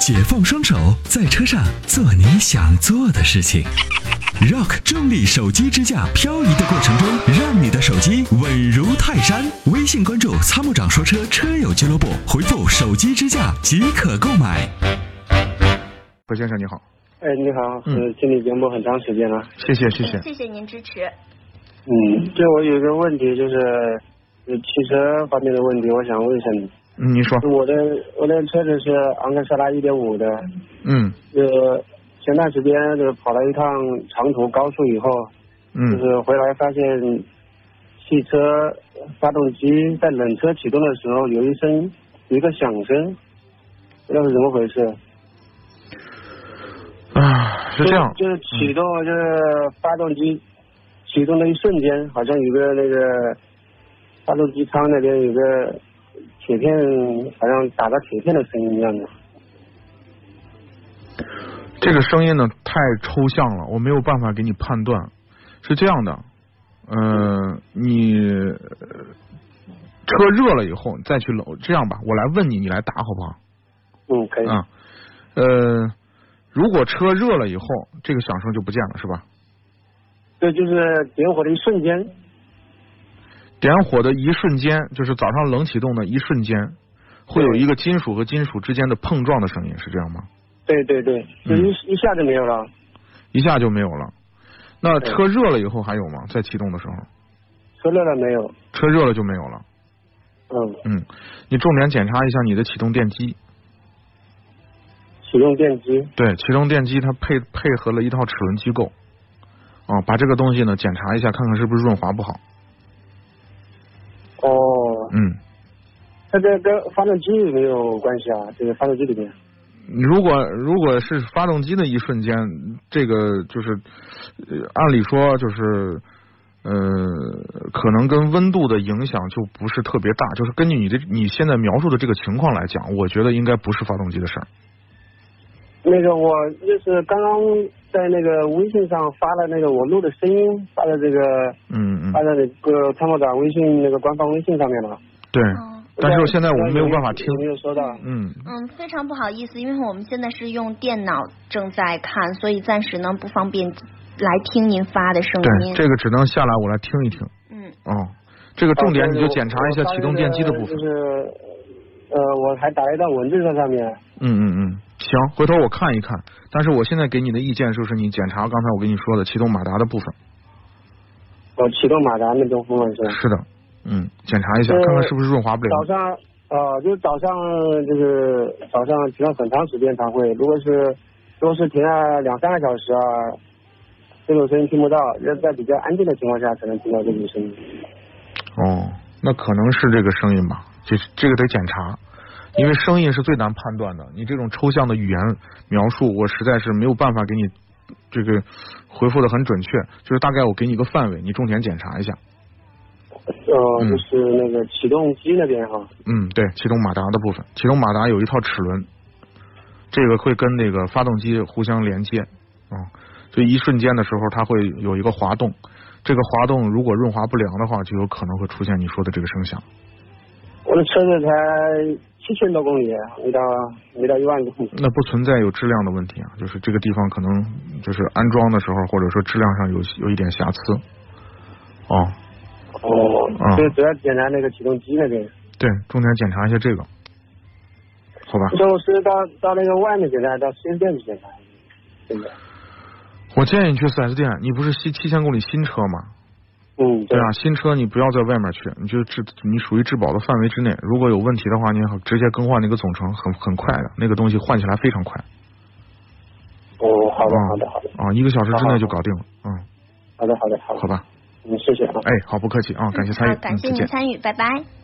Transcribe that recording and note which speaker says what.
Speaker 1: 解放双手，在车上做你想做的事情。Rock 重力手机支架漂移的过程中，让你的手机稳如泰山。微信关注“参谋长说车”车友俱乐部，回复“手机支架”即可购买。
Speaker 2: 何先生你好，
Speaker 3: 哎，你好，
Speaker 2: 嗯
Speaker 3: 嗯，听你节目很长时间了。
Speaker 2: 谢谢谢谢。
Speaker 4: 谢谢您支持。
Speaker 3: 嗯，对我有一个问题就是，呃汽车方面的问题，我想问一下你。
Speaker 2: 嗯，您说，
Speaker 3: 我的我的车子是昂克赛拉一点五的，
Speaker 2: 嗯
Speaker 3: 呃，前段时间就是跑了一趟长途高速以后，就
Speaker 2: 嗯
Speaker 3: 是回来发现汽车发动机在冷车启动的时候有一声有一个响声，不知道是怎么回事。
Speaker 2: 啊，是这样，
Speaker 3: 就是就是启动，就是发动机启动的一瞬间，好像有个那个发动机舱那边有个铁片，好像打个铁片的声音一样的。
Speaker 2: 这个声音呢太抽象了，我没有办法给你判断。是这样的，呃，你呃车热了以后你再去冷，这样吧，我来问你，你来答好不好？
Speaker 3: 嗯，可以。
Speaker 2: 啊，呃，如果车热了以后，这个响声就不见了，是吧？
Speaker 3: 对，就是点火的一瞬间。
Speaker 2: 点火的一瞬间，就是早上冷启动的一瞬间，会有一个金属和金属之间的碰撞的声音，是这样吗？
Speaker 3: 对对对，
Speaker 2: 嗯
Speaker 3: 就一、一下就没有了。
Speaker 2: 一下就没有了。那
Speaker 3: 对
Speaker 2: 车热了以后还有吗？在启动的时候，
Speaker 3: 车热了没有？
Speaker 2: 车热了就没有了。
Speaker 3: 嗯，
Speaker 2: 嗯，你重点检查一下你的启动电机。
Speaker 3: 启动电机。
Speaker 2: 对，启动电机它配配合了一套齿轮机构。啊，把这个东西呢检查一下，看看是不是润滑不好。
Speaker 3: 哦，
Speaker 2: 嗯，
Speaker 3: 它这跟发动机有没有关系啊？这个发动机里面。
Speaker 2: 如果如果是发动机的一瞬间，这个就是，呃按理说就是，呃，可能跟温度的影响就不是特别大。就是根据你的你现在描述的这个情况来讲，我觉得应该不是发动机的事儿。
Speaker 3: 那个我就是刚刚在那个微信上发了那个我录的声音，发了这个
Speaker 2: 嗯嗯
Speaker 3: 发，在那个参谋长微信那个官方微信上面了。
Speaker 2: 对。
Speaker 4: 嗯
Speaker 2: 但是现在我们没有办法听
Speaker 3: 有没有收到？
Speaker 2: 嗯，
Speaker 4: 嗯，非常不好意思，因为我们现在是用电脑正在看，所以暂时呢不方便来听您发的声
Speaker 2: 对，
Speaker 4: 音。
Speaker 2: 这个只能下来我来听一听。
Speaker 4: 嗯
Speaker 2: 哦，这个重点你就检查一下
Speaker 3: 哦对
Speaker 2: 启动电机的部
Speaker 3: 就
Speaker 2: 分。
Speaker 3: 是呃，我还打了一段文字在上面。
Speaker 2: 嗯嗯嗯，行，回头我看一看。但是我现在给你的意见就是，你检查刚才我跟你说的启动马达的部分。
Speaker 3: 我启动马达那种部分是。
Speaker 2: 是的，嗯，检查一下，
Speaker 3: 呃
Speaker 2: 看看是不是润滑不
Speaker 3: 早
Speaker 2: 了。
Speaker 3: 上呃，就是早上就是早上停了很长时间才会，如果是如果是停了两三个小时啊，这种声音听不到，要在比较安静的情况下才能听到这种声音。
Speaker 2: 哦，那可能是这个声音吧，这这个得检查，因为声音是最难判断的。你这种抽象的语言描述，我实在是没有办法给你这个回复的很准确。就是大概我给你一个范围，你重点检查一下。
Speaker 3: 呃，
Speaker 2: 嗯
Speaker 3: 就是那个启动机那边哈。
Speaker 2: 嗯，对，启动马达的部分，启动马达有一套齿轮，这个会跟那个发动机互相连接，啊、所以一瞬间的时候，它会有一个滑动，这个滑动如果润滑不良的话，就有可能会出现你说的这个声响。
Speaker 3: 我的车子才七千多公里，没到没到一万公里。
Speaker 2: 那不存在有质量的问题啊，就是这个地方可能就是安装的时候，或者说质量上有有一点瑕疵。哦，
Speaker 3: 哦
Speaker 2: 嗯
Speaker 3: 就是主要检查那个启动机那边。
Speaker 2: 对，重点检查一下这个，好吧？
Speaker 3: 最后是到到那个外面检查，到四 S 店去检查。真的。
Speaker 2: 我建议你去四 S 店，你不是七七千公里新车吗？
Speaker 3: 嗯，
Speaker 2: 对啊，新车你不要在外面去，你就质你属于质保的范围之内。如果有问题的话，你好直接更换那个总成，很很快的，那个东西换起来非常快。
Speaker 3: 哦，好的，好的，好的，
Speaker 2: 啊、一个小时之内就搞定了。嗯，
Speaker 3: 好的，好的，好的
Speaker 2: 好。吧，
Speaker 3: 嗯，谢谢啊。
Speaker 2: 哎，好，不客气啊、感谢参与，
Speaker 4: 好感
Speaker 2: 嗯、再
Speaker 4: 谢您
Speaker 2: 见。
Speaker 4: 参与，拜拜。